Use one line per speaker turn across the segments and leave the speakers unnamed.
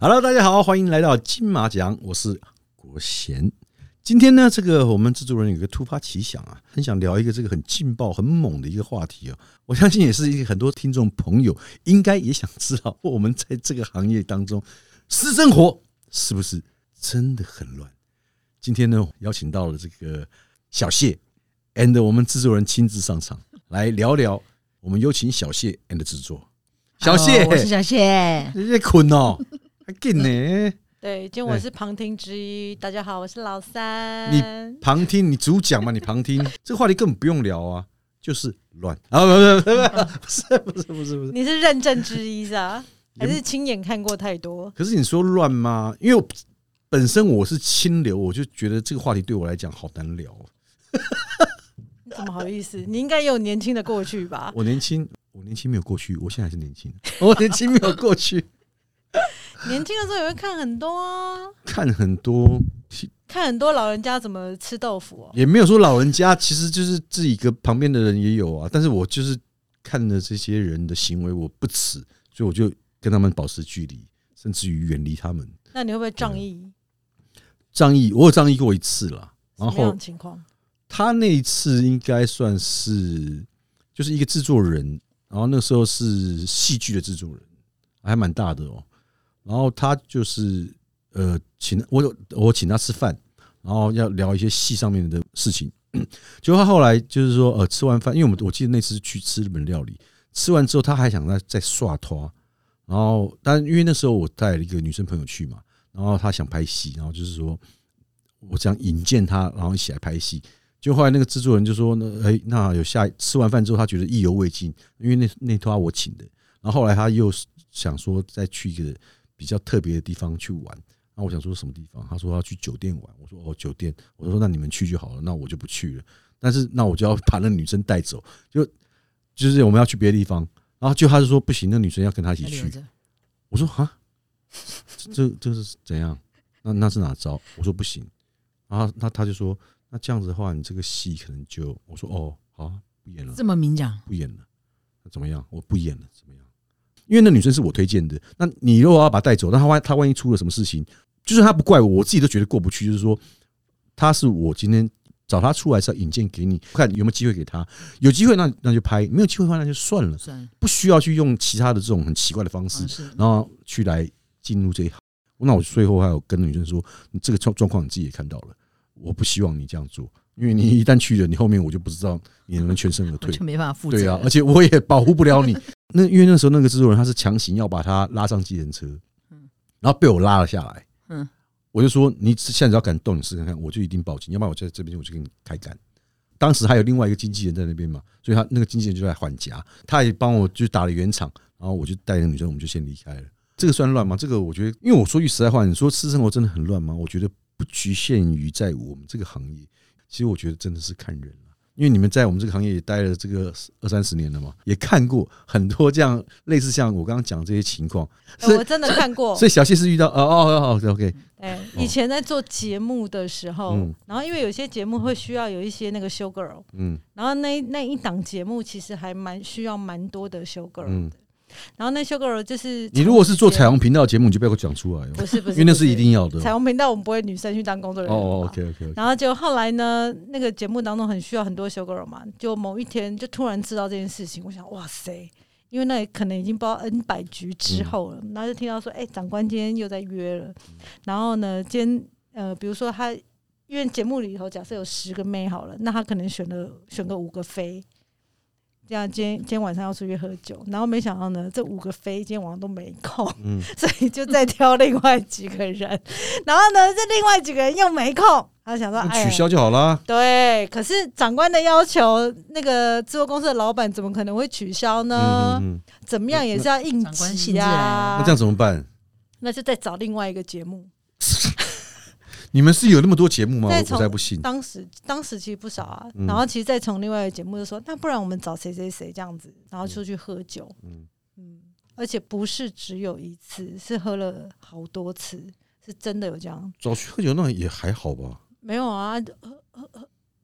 Hello，大家好，欢迎来到金马奖，我是国贤。今天呢，这个我们制作人有一个突发奇想啊，很想聊一个这个很劲爆、很猛的一个话题哦。我相信也是一个很多听众朋友应该也想知道，我们在这个行业当中，私生活是不是真的很乱？今天呢，邀请到了这个小谢 and 我们制作人亲自上场来聊聊。我们有请小谢 and 制作，小谢
Hello，我是呃啊小谢。
你在困哦，还紧呢？
对，今天我是旁听之一。大家好，我是老三。
你旁听，你主讲嘛，你旁听，这个话题根本不用聊啊，就是乱啊！不不不不不是不是不是不是。
你是认证之一是吧？还是亲眼看过太多？
可是你说乱吗？因为我本身我是清流，我就觉得这个话题对我来讲好难聊哦。
你怎么好意思？你应该也有年轻的过去吧？
我年轻，我年轻没有过去，我现在还是年轻，我年轻没有过去，
年轻的时候也会看很多啊，
看很多。
看很多老人家怎么吃豆腐哦。
也没有说老人家，其实就是自己跟旁边的人也有啊。但是我就是看了这些人的行为，我不耻，所以我就跟他们保持距离，甚至于远离他们。
那你会不会仗义？
仗义，我有仗义过一次啦。
什
然
么样
后
的情况？
他那一次应该算是就是一个制作人，然后那时候是戏剧的制作人，还蛮大的哦。然后他就是呃，请我有我请他吃饭，然后要聊一些戏上面的事情。 结果他后来就是说，呃，吃完饭，因为我们我记得那次是去吃日本料理，吃完之后他还想再再刷拖，然后但因为那时候我带了一个女生朋友去嘛，然后她想拍戏，然后就是说我想引荐她，然后一起来拍戏。就后来那个制作人就说呢，哎、那有下吃完饭之后，他觉得意犹未尽，因为那那拖我请的。然后后来他又想说再去一个比较特别的地方去玩。那我想说什么地方？他说要去酒店玩。我说哦，酒店。我说那你们去就好了，那我就不去了。但是那我就要把那女生带走，就就是我们要去别的地方。然后就他就说不行，那女生要跟他一起
还
去
留。着
我说啊，这这是怎样？那那是哪招？我说不行，然后那他就说，那这样子的话，你这个戏可能就……我说哦，好啊，不演了，
这么明讲，
不演了，那怎么样？我不演了，怎么样？因为那女生是我推荐的，那你如果要把她带走，那她万她万一出了什么事情，就算她不怪我，我自己都觉得过不去。就是说，她是我今天找她出来是要引荐给你，看有没有机会给她，有机会那那就拍，没有机会的话那就算了，
算
不需要去用其他的这种很奇怪的方式
是是，
然后去来进入这一行。那我最后还有跟女生说，你这个状状况你自己也看到了，我不希望你这样做，因为你一旦去了，你后面我就不知道你能不能全身而
我
退
就。没办法负责了。
对啊，而且我也保护不了 你。那因为那时候那个制作人他是强行要把他拉上计程车，然后被我拉了下来。
嗯
我就说你现在只要敢动你试看看，我就一定报警，要不然我在这边我就给你开干。当时还有另外一个经纪人在那边嘛，所以他那个经纪人就来还夹，他也帮我就打了圆场，然后我就带着女生，我们就先离开了。这个算乱吗？这个我觉得，因为我说句实在话，你说私生活真的很乱吗？我觉得不局限于在我们这个行业，其实我觉得真的是看人了。因为你们在我们这个行业也待了这个二三十年了嘛，也看过很多这样类似像我刚刚讲的这些情况，所
哎
以
我真的看过
所。以小谢是遇到哦哦哦，OK，
哎，以前在做节目的时候
嗯，
然后因为有些节目会需要有一些那个修 girl，
嗯
然后那那一档节目其实还蛮需要蛮多的修 girl
嗯
的。然后那修 girl 就是
你如果是做
长时间
彩虹频道的节目，你就不要给我讲出来哦，
不是不是，
因为那
不
是一定要的
彩
哦。
虹频道，我们不会女生去当工作人员嘛。
哦，OK OK，
然后就后来呢，那个节目当中很需要很多修狗肉嘛，就某一天就突然知道这件事情，我想哇塞，因为那可能已经不知道 N 百局之后了，然后就听到说，哎、长官今天又在约了，然后呢，今天呃，比如说他因为节目里头假设有十个妹好了，那他可能选了选个五个飞。这样今天今天晚上要出去喝酒，然后没想到呢，这五个飞今天晚上都没空，
嗯
所以就再挑另外几个人，然后呢，这另外几个人又没空，他想说，
那
哎呀
取，消就好啦。
对，可是长官的要求，那个制作公司的老板怎么可能会取消呢？
嗯嗯嗯，
怎么样也是要应
长官兴
急
致来
啊
了。
那这样怎么办？
那就再找另外一个节目。
你们是有那么多节目吗？我
再
我
从
才不信。
当时当时其实不少啊，
嗯
然后其实再从另外一个节目就说，那不然我们找谁谁谁这样子，然后出去喝酒，
嗯
嗯，而且不是只有一次，是喝了好多次，是真的有这样。
早去喝酒那也还好吧。
没有啊，呃呃呃，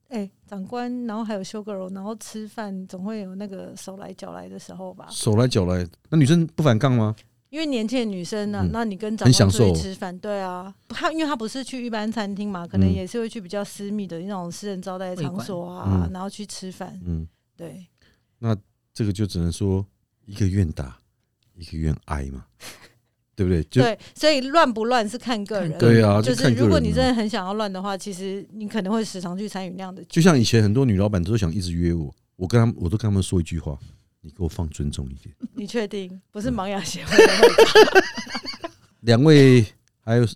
哎、长官，然后还有修个柔，然后吃饭总会有那个手来脚来的时候吧。
手来脚来，那女生不反抗吗？
因为年轻的女生呢、
嗯
那你跟长
很
官
享
出去
受
吃饭，对啊，她因为她不是去一般餐厅嘛，可能
嗯
也是会去比较私密的那种私人招待
会
场
馆
所啊，
嗯
然后去吃饭，
嗯，
对，
这个就只能说一个愿打，一个愿挨 嘛，对不对？就
对，所以乱不乱是看个
看
人，
个
对啊，
就
看
是
个
如果你
人
真
啊。
的很想要乱的话，其实你可能会时常去参与那样的
就像以前很多女老板都想一直约我，我跟他们我都跟他们说一句话：你给我放尊重一点。
你确定不是
嗯
盲哑协会的那个？
两位还有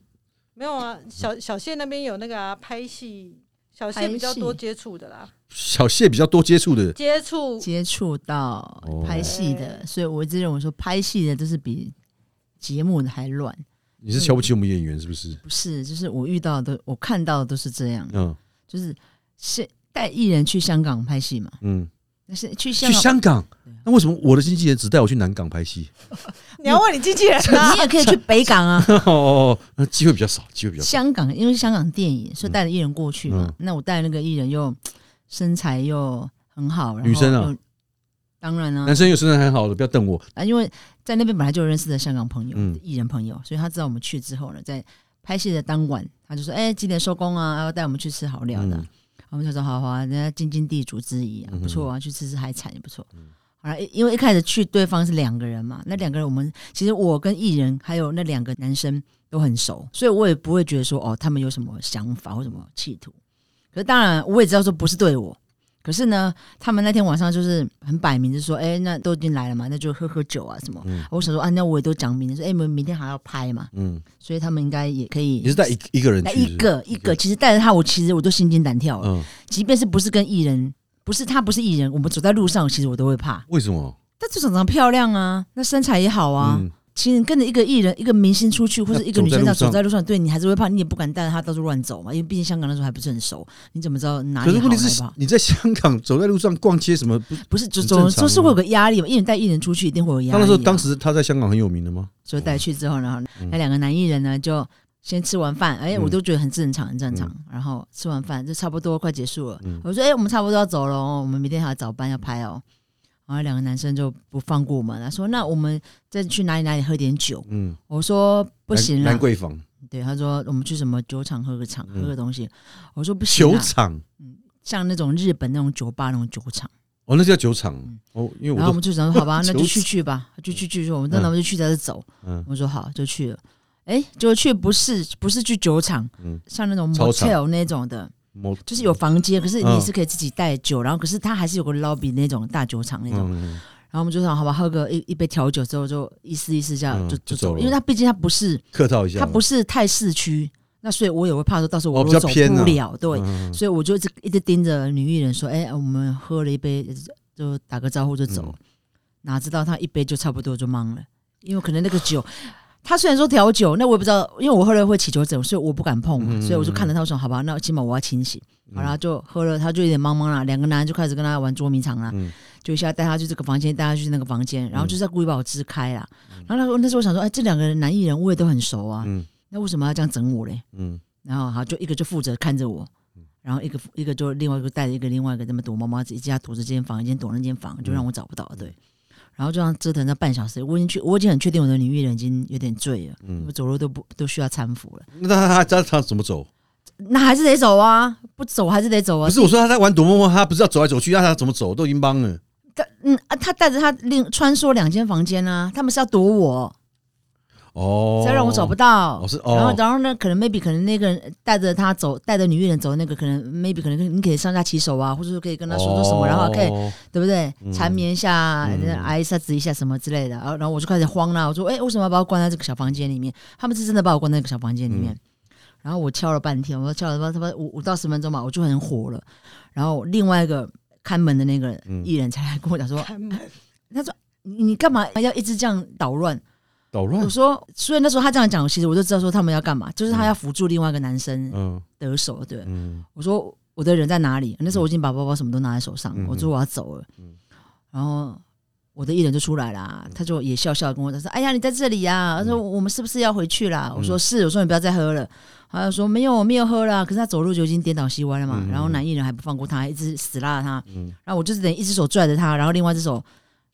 没有啊，小小谢那边有那个啊，拍戏，小谢
拍
比较
戏
多接触的啦，
小谢比较多接触的，
接触
接触到
哦
拍戏的，所以我一直认为说拍戏的都是比节目的还乱，
你是瞧不起我们演员是不是？
不是？就是我遇到的，我看到的都是这样，
嗯
就是是带艺人去香港拍戏嘛，
嗯，
但是去香
去
港。
香港，
啊
那为什么我的经纪人只带我去南港拍戏？
你要问你经纪人啊
你，也可以去北港啊，
哦哦，哦那机会比较少，机会比较少。
香港，因为是香港电影，所以带着艺人过去
嗯
嘛。那我带那个艺人又身材又很好，然后
女生啊
又，当然啊
男，生有身材很好的，不要瞪我。
啊，因为在那边本来就有认识的香港朋友
嗯、
艺、人朋友，所以他知道我们去之后呢，在拍戏的当晚，他就说：“哎、几点收工啊？要带我们去吃好料的。
嗯
我们就说：“好好啊，人家尽尽地主之谊啊，
嗯
不错啊，去吃吃海产也不错。好了，因因为一开始去对方是两个人嘛，那两个人我们其实我跟艺人还有那两个男生都很熟，所以我也不会觉得说哦，他们有什么想法或什么企图。可是当然我也知道说不是对我，可是呢，他们那天晚上就是很摆明，就说，哎、那都已经来了嘛，那就喝喝酒啊什么。
嗯
我想说，啊，那我也都讲明了，说，哎、你们明天还要拍嘛，
嗯，
所以他们应该也可以。
你是带一一个人
那
去是不
一
是？
个一个，其实带着他，我其实我都心惊胆跳了。
嗯，
即便是不是跟艺人，不是他不是艺人，我们走在路上，其实我都会怕。
为什么？
但就长得漂亮啊，那身材也好啊。
嗯，
其实你跟着一个艺人、一个明星出去，或者一个女生
那
这
走在路上
样走在路上，对你还是会怕，你也不敢带着她到处乱走嘛，因为毕竟香港那时候还不是很熟，你怎么知道哪
可
里
是
好
问
哪
题
里
是
不好？
你在香港走在路上逛街什么？不，
不是，就
很
总
正常
就是
啊
会有个压力嘛，艺人带艺人出去一定会有压力、
他
啊。
那时候当时他在香港很有名的吗？
所以带去之后，然后
嗯
那两个男艺人呢就先吃完饭，哎、
嗯
我都觉得很正常，很正常。然后吃完饭就差不多快结束了，
嗯
我说哎、我们差不多要走了哦，我们明天还要早班要拍哦。然后两个男生就不放过我们了，说那我们再去哪里哪里喝点酒。
嗯，
我说不行
兰
了
兰，桂坊
对，他说我们去什么酒厂喝个场，
嗯
喝个东西。我说不行啊
酒
啦，
厂，
像那种日本那种酒吧那种酒厂。
哦，那叫酒厂
嗯
哦，因为
然后我
我都
们就想说，好吧，那就
酒
去去吧，就去去去。我们那
嗯
我们就去，他就走。
嗯
我说好，就去了。哎，就去不是不是去酒厂，
嗯
像那种
操场
motel 那种的，
某
就是有房间，可是你
嗯
是可以自己带酒，然后可是它还是有个 lobby 那种大酒厂那种。
嗯嗯
然后我们就想，好吧，喝个一一杯调酒之后，就意思意思这样
嗯
就
就
就
走
走
了
了，因为它毕竟它不是
客套一下
它
嘛，
不是太市区，那所以我也会怕说到时候
哦
我
比
如
较
果走
偏啊
不了，对，
嗯，嗯
所以我就一直一直盯着女艺人说：“哎、我们喝了一杯，就打个招呼
嗯
就走。哪知道她一杯就差不多就懵了，因为可能那个酒， 她虽然说调酒，那我也不知道，因为我喝了会起酒疹，所以我不敢碰嘛，
嗯
所以我就看着她我说：“好吧，那起码我要清醒。”
嗯
好啦，就喝了，她就有点懵懵了。两个男人就开始跟她玩捉迷藏啦，
嗯
就一下带她去这个房间，带她去那个房间，然后
嗯
就是在故意把我支开啦。然后那时候那时候我想说：“哎、这两个男艺人我也都很熟啊，
嗯
那为什么要这样整我嘞？”
嗯
然后好，就一个就负责看着我，然后一个一个就另外一个带着一个另外一个这么躲猫猫，一家躲这间房，一间躲那间房，就让我找不到。
嗯
对，然后就这样折腾了半小时，我已经去，我已经很确定我的女艺人已经有点醉了，我
嗯，
走路都不都需要搀扶了，
那他他他他怎么走？
那还是得走啊，不走还是得走啊。
不是我说他在玩躲猫猫，他不知道走来走去，那他怎么走？都已经帮了，
他，嗯啊，他带着他另穿梭两间房间啊，他们是要躲我，
哦，
只要让我找不到。
哦是哦，
然后，然后呢？可能 maybe 可能那个人带着他走，带着女艺人走，那个可能 maybe 可能你可以上下其手啊，或者说可以跟他说说什么，然后可以
哦
对不对
嗯？
缠绵一下哎
嗯，
挨一下子一下什么之类的，然后然后我就开始慌了，我说，哎、为什么要把我关在这个小房间里面？他们是真的把我关在那个小房间里
嗯
面。然后我敲了半天，我说敲了他妈五五到十分钟吧，我就很火了。然后另外一个看门的那个
嗯
艺人才来跟我讲说，
开 门
他说你你干嘛要一直这样捣乱？
捣
我
乱，
说，所以那时候他这样讲，其实我就知道说他们要干嘛，就是他要辅助另外一个男生
嗯
得手，对。
嗯
我说我的人在哪里？那时候我已经把包包什么都拿在手上，
嗯嗯
我说我要走了。
嗯
然后我的艺人就出来啦、他就也笑笑跟我讲说：“哎呀，你在这里呀、
嗯
他说：“我们是不是要回去啦？”我说：“是。”我说：“你不要再喝了。”他就说：“没有，我没有喝啦。”可是他走路就已经颠倒西歪了嘛。
嗯嗯
然后男艺人还不放过他，一直死拉着他。
嗯
然后我就是等于一只手拽着他，然后另外一只手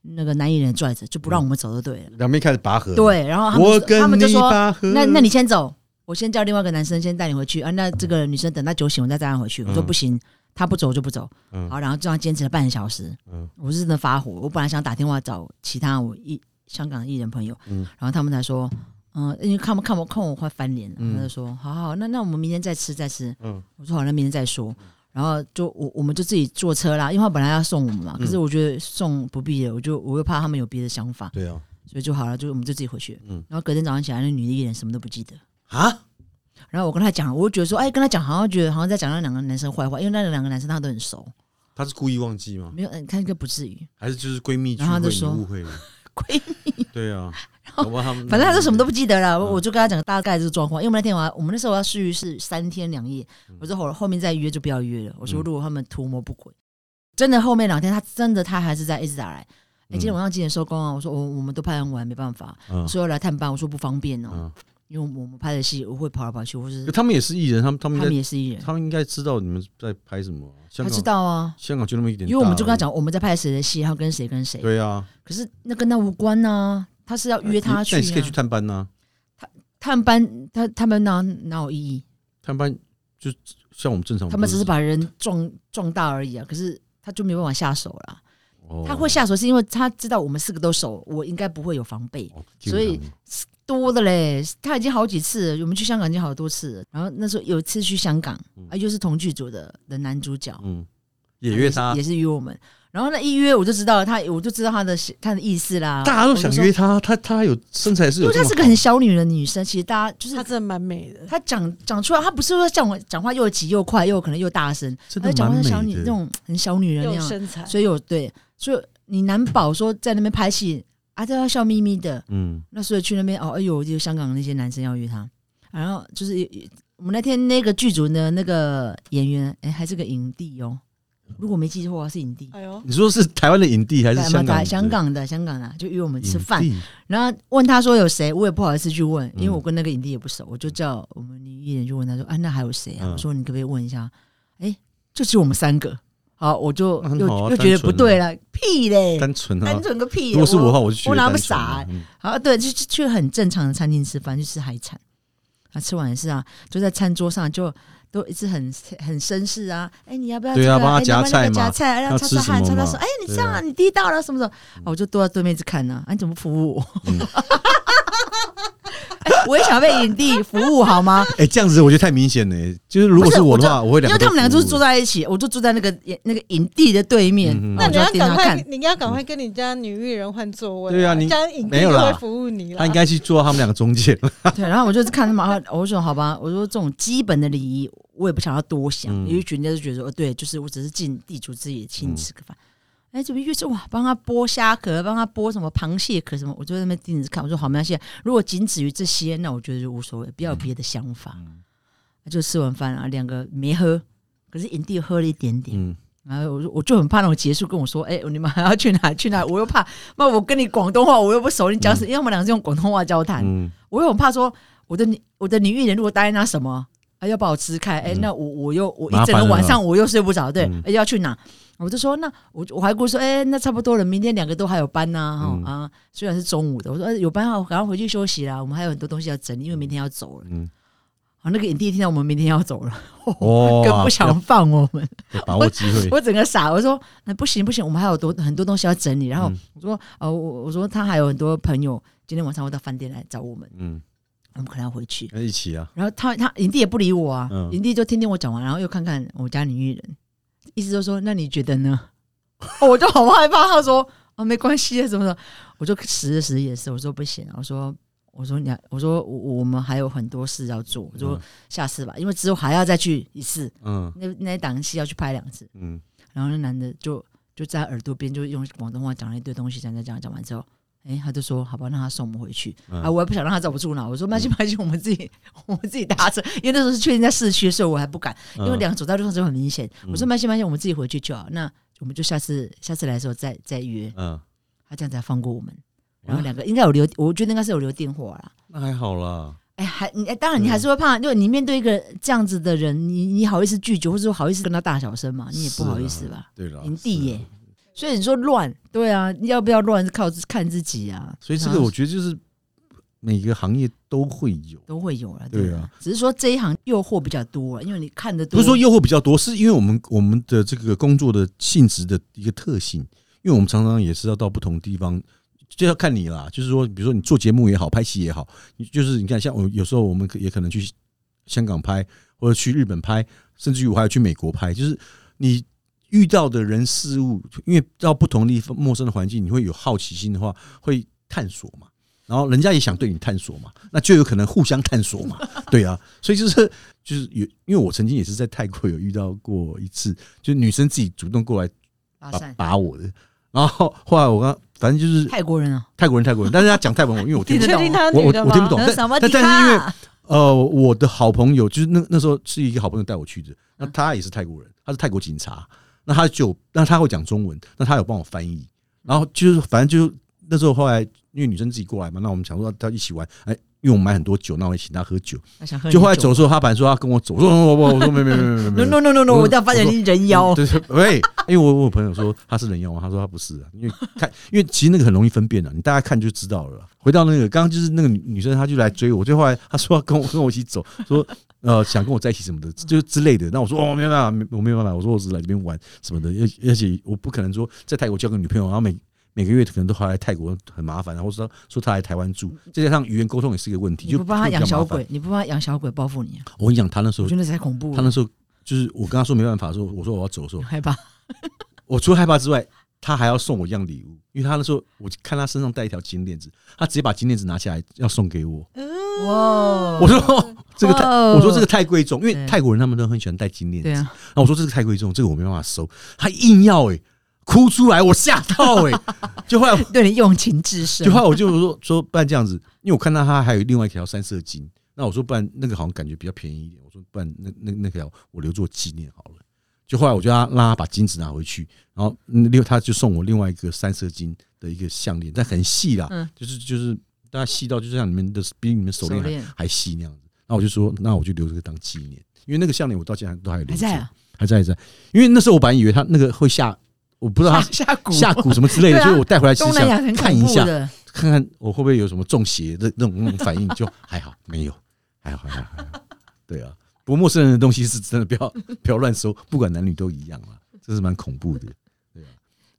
那个男艺人拽着，就不让我们走就对了。
两边开始拔河。，
对，然后他们
嗯我
就他们
跟
就
你
说，
拔河。
那那你先走，我先叫另外一个男生先带你回去啊。那这个女生等她酒醒，我再带她回去。我说
嗯
不行，她不走我就不走。
嗯
好，然后这样坚持了半小时，
嗯
我是真的发火。我本来想打电话找其他我艺香港的艺人朋友，
嗯
然后他们才说，嗯、因为看我看我看我快翻脸了，
嗯
他就说，好好，那那我们明天再吃再吃。
嗯
我说好，那明天再说。然后就我我们就自己坐车啦，因为他本来要送我们
嗯
嘛，可是我觉得送不必了，我就我又怕他们有别的想法，
对啊，
所以就好了，就我们就自己回去。
嗯
然后隔天早上起来，那女的艺人什么都不记得。
啊，
然后我跟他讲，我就觉得说，哎，跟他讲好像觉得好像在讲那两个男生坏话，因为那两个男生他都很熟，
他是故意忘记吗？
没有，嗯，他应该不 至于。
还是就是闺蜜聚
然后
会
他就
你
说
误会 了？
闺
蜜对啊，搞不好他们
反正他都什么都不记得了，
嗯
我就跟他讲大概这个状况，因为我们那天我要我们那时候要去是三天两夜，我说后后面再约就不要约了，我说
嗯
如果他们图谋不轨，真的后面两天他真的他还是在一直打来，哎、今天晚上几点收工啊？我说我我们都拍很晚，没办法，
嗯
所以要来探班，我说不方便哦、
嗯，
因为我们拍的戏我会跑来跑去，或是
他们也是艺人，他们他
他
们
们
应
也是艺人
该，他们应该知道你们在拍什么啊。香
他知
港
道啊，
香港就那么一点，
因为我们就跟他，讲我们在拍谁的戏，然后跟谁跟谁，
对啊，
可是那跟他无关呐、他是要约他去、
那你是可以
啊
去，探班呐，
探班他他们哪哪有意义？
探班就像我们正常，
他们
哦不
只是把人撞撞大而已啊，可是他就没办法下手了。
哦
他会下手是因为他知道我们四个都熟，我应该不会有防备，
哦
所以
经常
多的嘞。他已经好几次了，我们去香港已经好多次了。然后那时候有一次去香港
嗯，
啊，又是同剧组的的男主角，
嗯也约他
也，是约我们。然后那一约我就知道他，我就知道他的他的意思啦。
大家都想约他，他他有身材是
我
有
就
这
说，因为
么好，
她是个很小女人的女生，其实大家就是
她真的蛮美的。
她讲讲出来，她不是说像我讲话又急又快，又可能又大声，
真
她
的
讲话
蛮美
像小女那
的，
种很小女人那
又
样。
身材，
所以有对，所以你难保说在那边拍戏啊，都要笑眯眯的。
嗯
那所以去那边哦，哎呦，就香港那些男生要约他，啊然后就是我们那天那个剧组呢，那个演员哎还是个影帝哦，如果没记错啊是影帝，
哎呦，
你说是台湾的影帝还是
对
香港
嘛
的？
香港的香港的就约我们
影
吃饭，
帝
然后问他说有谁，我也不好意思去问，因为
嗯
我跟那个影帝也不熟，我就叫我们女艺人去问他说，啊那还有谁啊？
嗯
我说你可不可以问一下？哎，就只有我们三个。好，我就
那很
又
好啊
又觉得
单纯
不对了，屁嘞！
单纯啊
单，纯个屁、
如果是我的话，我就觉得
我哪不
单纯啊
傻欸
嗯
啊，对，就就去很正常的餐厅吃饭，去吃海产。啊，吃完也是啊，就在餐桌上就都一直很很绅士啊。哎、你要不要、这
对
个
啊
哎
帮他
你要
夹
不要那个
菜嘛
夹菜，哎
要
要擦
吃
擦
什
汗，
么
擦擦
嘛
手。哎、你
对
这样、
啊
啊、你滴到了什么什么？啊，我就坐在对面一直看呢、啊，你怎么服务我？
嗯
哎我也想被影帝服务好吗？
哎、这样子我觉得太明显了。欸就是如果
不是
我的
我
话，我会
因
两个都
为他
服务。
们两个就是坐在一起，我就坐在那个那个影帝的对面，
嗯嗯
然
那
后我
你
就
要
要盯
赶
他
快
看，。
你要赶快跟你家女艺人换座位啊。
对啊你
这样影帝
没有
就
啦
会服务你了。
他应该去坐他们两个中间。
对，然后我就是看他们，然后我说好吧，我说这种基本的礼仪，我也不想要多想，
嗯
因为人家就觉得说，哦，对，就是我只是进地主自己请你吃个饭。哎，怎么越是哇，帮他剥虾壳，帮他剥什么螃蟹壳什么，我就在那边盯着看。我说好，没关系，如果仅止于这些，那我觉得就无所谓，不
嗯
要有别的想法。就吃完饭啊，两个没喝，可是影帝喝了一点点，
嗯，
然后我就我就很怕那种结束跟我说，哎、你们还要去哪去哪？我又怕，那我跟你广东话我又不熟，你讲什么？因为我们两个是用广东话交谈，
嗯，
我又很怕说我的女我的女艺人如果答应他什么，啊要把我支开，哎、
嗯
那我我又我一
麻
整
烦
个
了
晚上我又睡不着，对，
嗯
哎要去哪？我就说那我我还故说，哎、那差不多了，明天两个都还有班呐、哈、
嗯
啊，虽然是中午的，我说、哎有班啊，我赶快回去休息啦，我们还有很多东西要整理，因为明天要走了。
嗯
好，那个影帝听到我们明天要走了，
哦，
更不想放我们。
要把握机会。
我整个傻，我说、哎不行不行，我们还有多很多东西要整理。然后
嗯
我说，呃，我我说他还有很多朋友今天晚上会到饭店来找我们，
嗯，
我们可能要回去。
要一起啊。
然后他他影帝也不理我啊，
嗯
影帝就听听我讲完，然后又看看我家女艺人，意思就说那你觉得呢？ 哦我就好害怕，他说啊没关系啊什么的，我就使了使眼色，我说不行啊，我说我说你还我说我我们还有很多事要做，我说
嗯
下次吧，因为之后还要再去一次，
嗯
那那一档戏要去拍两次，
嗯，
然后那男的就就在耳朵边就用广东话讲了一堆东西，讲讲讲讲完之后。哎，他就说好吧，让他送我们回去、
嗯
啊！我也不想让他找不住呢。我说慢些慢些，我们自己我们自己搭车，因为那时候是确定在市区，所以我还不敢，因为
嗯
两个走在路上就很明显。
嗯
我说慢些慢些，我们自己回去就好。那我们就下次下次来的时候再再约，
嗯，
他这样才放过我们。然后
哇
两个应该有留，我觉得应该是有留电话啦。
那还好啦。
哎，还你哎，当然你还是会怕，因为你面对一个这样子的人，你你好意思拒绝，或者说好意思跟他大小声嘛？你也不
是啊
好意
啦
思吧？
对了，
影帝耶
是啊，
所以你说乱，对啊，要不要乱是靠自看自己啊。
所以这
然
个
后
我觉得就是每个行业都会有，
都会有了，
对啊
对啊，只是说这一行诱惑比较多，因为你看的多，
不是说诱惑比较多，是因为我们我们的这个工作的性质的一个特性，因为我们常常也是要到不同地方，就要看你啦。就是说，比如说你做节目也好，拍戏也好，你就是你看，像我有时候我们可也可能去香港拍，或者去日本拍，甚至于我还有去美国拍，就是你。遇到的人事物，因为到不同地方、陌生的环境，你会有好奇心的话，会探索嘛。然后人家也想对你探索嘛，那就有可能互相探索嘛。对啊，所以就是就是有，因为我曾经也是在泰国有遇到过一次，就是女生自己主动过来把
搭讪
把我的，然后后来我刚反正就是
泰国人啊，
泰国人泰国人，但是他讲泰文，我因为我听
你
不
听得
懂。
确定她是女的
我
吗？
听不懂
那什么啊
但
迪
但是因为
卡，
呃，我的好朋友就是那那时候是一个好朋友带我去的，那他也是泰国人，他是泰国警察，那他就那他会讲中文，那他有帮我翻译，然后就是反正就是那时候后来因为女生自己过来嘛，那我们想说要一起玩，哎，因为我们买很多酒，那我也请他喝酒，
那想喝你
就后来
酒
走的时候，他本来说要跟我走，我说我我我说没没没没没
，no
没
no no no no，
我
我要发现你人
嗯
妖，
对 对，喂，因为我我有朋友说他是人妖王，他说他不是啊，因为看，因为其实那个很容易分辨的、啊你大家看就知道了。回到那个刚刚就是那个女女生，她就来追我，就后来她说要跟我跟我一起走，说呃想跟我在一起什么的，就是之类的。那我说哦没有办法，没我没有办法，我说我只是来这边玩什么的，而而且我不可能说在泰国交个女朋友，然后每。每个月可能都还来泰国很麻烦，然后说说他来台湾住，再加上语言沟通也是一个问题，
你
就
不帮他
就比较
养小
麻烦。
鬼，你不帮他养小鬼报复你啊，
我跟你讲，他那时
我
候
觉得那才恐怖
他
了，
那时候就是我跟他说没办法的时候，我说我要走的时嗯候，
害怕，
我除了害怕之外，他还要送我一样礼物，因为他那时候我看他身上带一条金链子，他直接把金链子拿下来要送给我。
嗯
哇
我说这个太，
哦
我说这个太贵重，因为
对
泰国人他们都很喜欢戴金链子。
对
然
啊，
后我说这个太贵重，这个我没办法收，他硬要哎、哭出来，我吓到 哎、就后来
对你用情至深
就，后来我就说说不然这样子，因为我看到他还有另外一条三色金，那我说不然那个好像感觉比较便宜一点，我说不然那那那条我留作纪念好了。就后来我就让他让他把金子拿回去，然后嗯另他就送我另外一个三色金的一个项链，但很细啦，
嗯
就是就是大家细到就像你们的比你们手链
手
还
链
还细那样子。那我就说那我就留这个当纪念，因为那个项链我到现在都还有留
还
着，
在啊，
还在还在。因为那时候我本来以为他那个会下，我不知道他
下蛊
下蛊什么之类的，
对啊
所以我带回来其实
东南亚
想
很
看
恐
一
怖
下，
的，
看看我会不会有什么中邪的那种那种反应，就还好没有，还好还好还好，对啊。不过陌生人的东西是真的不要不要乱收，不管男女都一样啦， 这是蛮恐怖的。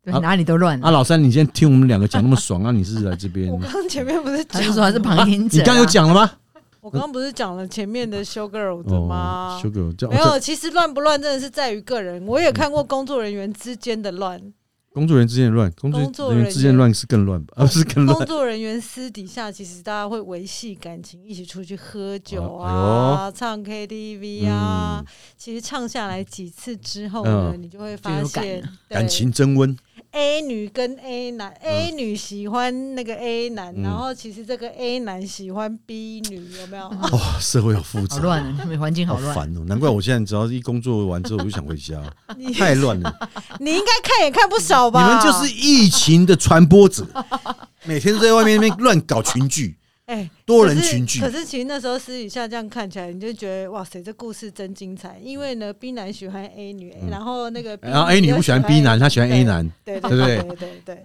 对
啊
哪里都乱了
啊，。老三，你今天听我们两个讲那么爽，啊，你是来这边
我？刚刚前面不是
他
讲
是说他是旁听者、
你
啊，
刚刚有讲了吗？
我刚刚不是讲了前面的修 girl 的
哦
吗，？
修哥，这哦
没
这
有，其实乱不乱真的是在于个人。我也看过工作人员之间的乱，
工作人员之间的乱，工
工
作
作
人
人
员之间的乱是更乱吧？啊，不是 更
工
乱。
作人员私底下其实大家会维系感情，一起出去喝酒
哦哎嗯
啊，唱 KTV 啊。其实唱下来几次之后呢，你就会发
就有
现
感
对
感情增温，
A 女跟 A 男，A 女喜欢那个 A 男，
嗯
然后其实这个 A 男喜欢 B 女，有 没有？
哇，哦社会好复杂，
好 乱啊，他们环境
好
好乱。
烦哦。难怪我现在只要一工作完之后，我就想回 家，
你
太乱了。
你应该看也看不少
你
吧？
们就是疫情的传播者， 每天都在外面那边乱搞群聚，
哎，
多人群聚
可是可是其实那时候私底下这样看起来，你就觉得哇塞，这故事真精彩。因为呢，B 男喜欢 A 女，
嗯
然后那个 B
然后 A 女不喜欢 B 男，她喜欢 A 男，
对
对不
对
对嗯
对对对。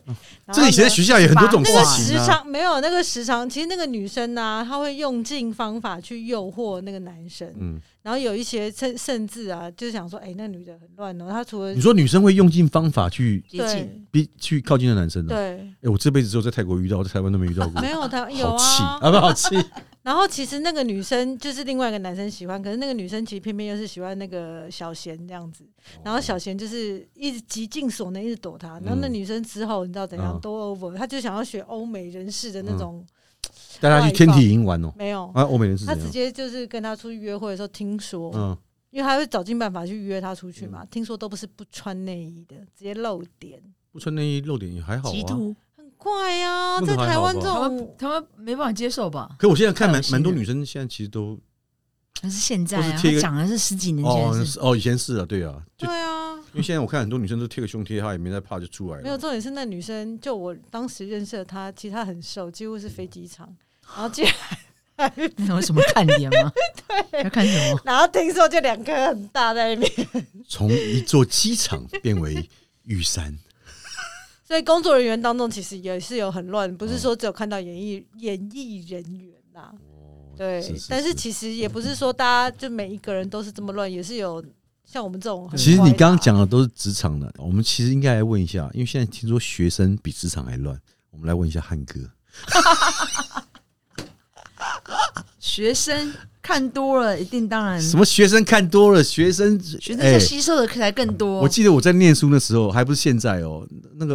然后
这以前在
呢
学校也很多这种
那
事
个时
情啊。
常没有那个时常，其实那个女生呢、她会用尽方法去诱惑那个男生，
嗯，
然后有一些甚甚至啊，就是想说，哎、那女的很乱哦。她除了
你说女生会用尽方法去
接
对
近
逼去靠近的男生呢？
对，
哎，我这辈子只有在泰国遇到，我在台湾都没遇到过，
没有她有
好气
啊。
啊，不好气。
然后其实那个女生就是另外一个男生喜欢，可是那个女生其实偏偏又是喜欢那个小贤这样子。然后小贤就是一直极尽所能一直躲他，然后那
哦嗯
女生之后你知道怎样
嗯
都 over，她就想要学欧美人士的那
嗯
种，
带她去天体营玩哦，
没有。
啊，欧美人是
她
怎
直
样？
接就是跟他出去约会的时候，听说，
嗯，
因为他会找尽办法去约她出去嘛。听说都不是不穿内衣的，直接露点，
不穿内衣露点也还好
极
啊。
度，
很怪啊！
那
在
个还
台
好
湾
吧
这
他们
种，
他们没办法接受吧？
可我现在看蛮
太恶心了
蛮多女生现在其实都
可是现在
都是
啊，
贴一
他
个
讲的是十几年前
哦
的事，
是哦以前是啊，对啊，就
对啊，
因为现在我看很多女生都贴个胸贴，她也没在怕就出来
没有
了。
重点是那女生，就我当时认识的她，其实她很瘦，几乎是飞 机场，然后竟然
哦
那有什么看点 吗？要看什么？
然后听说就两颗很大在那边，
从一座机场变为玉山。
所以工作人员当中其实也是有很乱，不是说只有看到演艺演艺人员啦、
嗯哦
对，
是是
但
是
是其实也不是说大家就每一个人都是这么乱，也是有像我们这种很
其实你
坏的
刚刚
啊
讲的都是职场的，我们其实应该来问一下，因为现在听说学生比职场还乱，我们来问一下汉哥。
学生看多了，一定当然
什么学生看多了，学生
学生
哎
在吸收的才更多。
我记得我在念书的时候，还不是现在哦，那个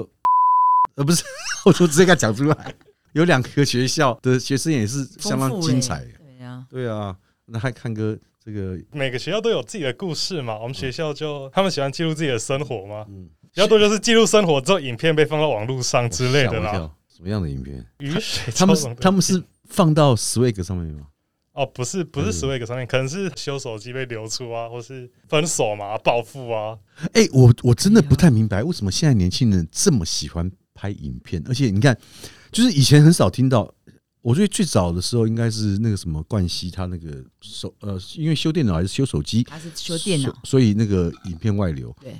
呃不是，我说直接给他讲出来，有两个学校的学生也是相当
丰富嘞欸
精彩。
对呀、
对啊，那还看哥这个，
每个学校都有自己的故事嘛，我们学校就他们喜欢记录自己的生活嘛，
嗯，
比较多就是记录生活之后，影片被放到网络上之类
吓
的
我一
啦。
跳。什么样的影片？
雨水
他们
交往
是
的
他们是放到 Swag 上面吗？
哦，不是不是
嗯
Swag 上面，可能是修手机被流出啊，或是分手嘛、报复啊。
哎、我我真的不太明白，为什么现在年轻人这么喜欢拍影片？而且你看，就是以前很少听到，我觉得最早的时候应该是那个什么冠希他那个手呃，因为修电脑还是修手机，
他是修电脑
所，所以那个影片外流。
对，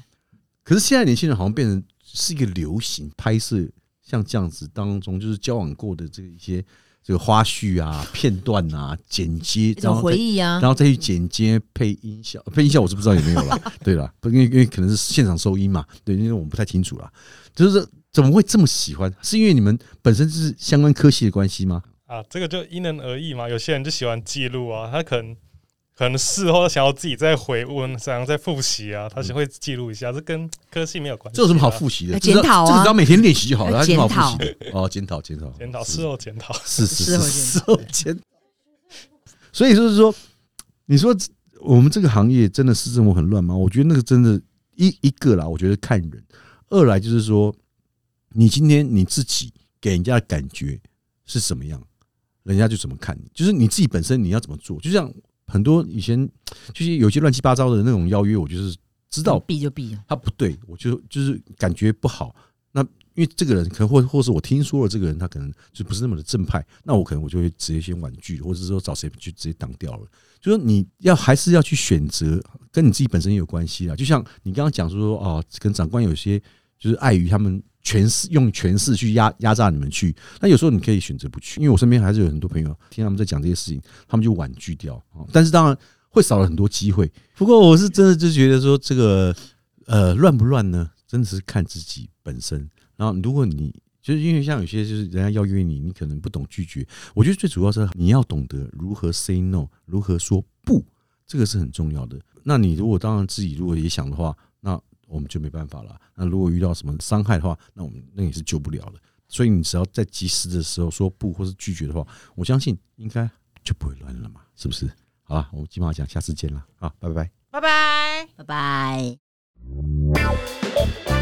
可是现在年轻人好像变成是一个流行拍摄，像这样子当中，就是交往过的这个一些这个花絮啊、片段啊、剪接
一，
然
种
后再
回忆啊
然。后再去剪接配音效，配音效我是不知道有没有 了。对了，不因为因为可能是现场收音嘛，对，因为我们不太清楚啦。就是怎么会这么喜欢？是因为你们本身是相关科系的关系吗？
啊，这个就因人而异嘛。有些人就喜欢记录啊，他可能可能事后想要自己再回温，想要再复习啊，他就会记录一下。这跟科系没有关
嗯
系、啊
这有什么好？复习的？
要检讨啊
这个只要这个只要每天练习就好了，它有
要
什么
检讨
好复习的哦，检讨检讨
检讨
是
事后检讨。
是是
事
是
后
事后检。所以就是说，你说我们这个行业真的市政府很乱吗？我觉得那个真的，一一个啦，我觉得看人；二来就是说，你今天你自己给人家的感觉是什么样，人家就怎么看你。就是你自己本身你要怎么做，就像很多以前就是有些乱七八糟的那种邀约，我就是知道
避就避了，啊
他不对，我就就是感觉不好。那因为这个人可能或或是我听说了这个人，他可能就不是那么的正派，那我可能我就会直接先婉拒，或者是说找谁去直接挡掉了。就说你要还是要去选择，跟你自己本身也有关系啦。就像你刚刚讲说哦，跟长官有些就是碍于他们权势，用权势去压压榨你们去。那有时候你可以选择不去，因为我身边还是有很多朋友听他们在讲这些事情，他们就婉拒掉。哦但是当然会少了很多机会。不过我是真的就觉得说这个呃，乱不乱呢？真的是看自己本身。然后，如果你就是因为像有些就是人家邀约你，你可能不懂拒绝。我觉得最主要是你要懂得如何 say no，如何说不，这个是很重要的。那你如果当然自己如果也想的话，那我们就没办法了。那如果遇到什么伤害的话，那我们那也是救不了的。所以你只要在及时的时候说不或是拒绝的话，我相信应该就不会乱了嘛，是不是？好了，我们金马奖下次见啦，啊，拜拜。
拜拜。
拜拜。
Thank